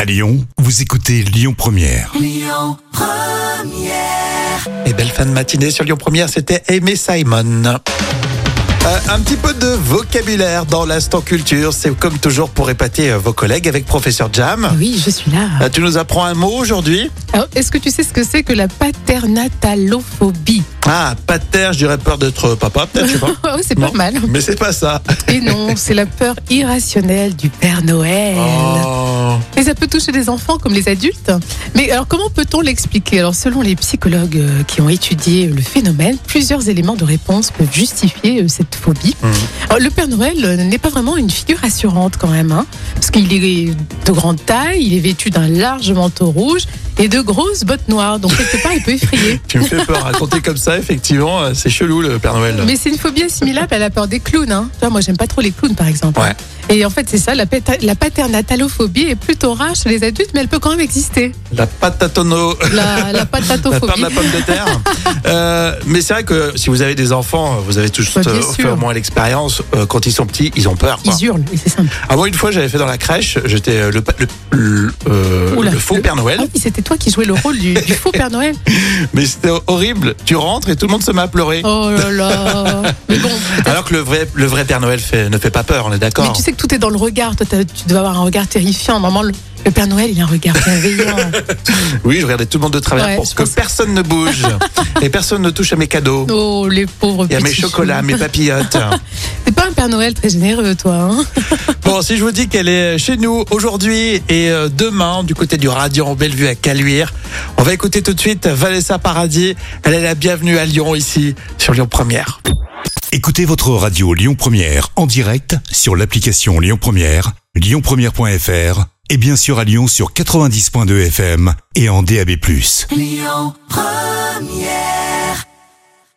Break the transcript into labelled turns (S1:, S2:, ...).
S1: À Lyon, vous écoutez Lyon Première.
S2: Et belle fin de matinée sur Lyon Première, c'était Aimé Simon. Euh, un petit peu de vocabulaire dans l'instant culture, c'est comme toujours pour épater euh, vos collègues avec professeur Jam.
S3: Ah Oui, je suis là.
S2: Euh, Tu nous apprends un mot aujourd'hui
S3: Alors, est-ce que tu sais ce que c'est que la paternatalophobie
S2: Ah, pas de terre, je dirais peur d'être euh, papa, peut-être, je sais pas.
S3: Oh, C'est
S2: Non.
S3: pas mal.
S2: Mais c'est pas ça.
S3: Et non, c'est la peur irrationnelle du Père Noël.
S2: Oh.
S3: Et ça peut toucher les enfants comme les adultes. Mais alors, comment peut-on l'expliquer Alors, selon les psychologues euh, qui ont étudié le phénomène, plusieurs éléments de réponse peuvent justifier euh, cette phobie.
S2: Mhm.
S3: Alors, le Père Noël euh, n'est pas vraiment une figure assurante quand même, hein, parce qu'il est de grande taille, il est vêtu d'un large manteau rouge et de grosses bottes noires. Donc, quelque part, il peut effrayer.
S2: Tu me fais peur, raconter comme ça, effectivement, euh, c'est chelou le Père Noël.
S3: Mais c'est une phobie assimilable à la peur des clowns. Hein. Tu vois, moi, j'aime pas trop les clowns, par exemple.
S2: Ouais.
S3: Et en fait, c'est ça, la, pata- la paternatalophobie est plutôt rare chez les adultes, mais elle peut quand même exister.
S2: La patatono.
S3: La, la
S2: La part de
S3: patatophobie.
S2: la pomme de terre. Euh, mais c'est vrai que si vous avez des enfants, vous avez tous
S3: Bah, bien
S2: euh,
S3: sûr.
S2: fait au moins l'expérience. euh, quand ils sont petits, ils ont peur. Quoi.
S3: Ils hurlent, et c'est simple.
S2: Ah, moi, une fois, j'avais fait dans la crèche, j'étais euh, le, pa- le, le, euh,
S3: Oula,
S2: le faux
S3: le-
S2: Père Noël,
S3: Ah oui, c'était toi qui jouais le rôle du, du faux Père Noël.
S2: mais c'était horrible. Tu rentres et tout le monde se met à pleurer.
S3: Oh là là. Mais bon, peut-être-
S2: Alors que le vrai, le vrai Père Noël fait, ne fait pas peur, on est
S3: mais
S2: d'accord.
S3: tu sais que tout est dans le regard. Toi, t'as- tu dois avoir un regard terrifiant. Maman, le, le Père Noël, il a un regard bienveillant.
S2: Oui, je regardais tout le monde de travers
S3: Ouais,
S2: pour
S3: je
S2: que
S3: pense.
S2: personne ne bouge et personne ne touche à mes cadeaux
S3: Oh, les pauvres
S2: et à mes
S3: petits
S2: chocolats, à
S3: choux.
S2: mes papillotes.
S3: T'es pas un Père Noël très généreux, toi. hein
S2: Bon, si je vous dis qu'elle est chez nous aujourd'hui et euh, demain du côté du Radiant Bellevue à Caluire, on va écouter tout de suite Vanessa Paradis. Elle est la bienvenue à Lyon ici sur Lyon Première.
S1: Écoutez votre radio Lyon Première en direct sur l'application Lyon Première, lyonpremière.fr et bien sûr à Lyon sur 90.2 FM et en DAB+.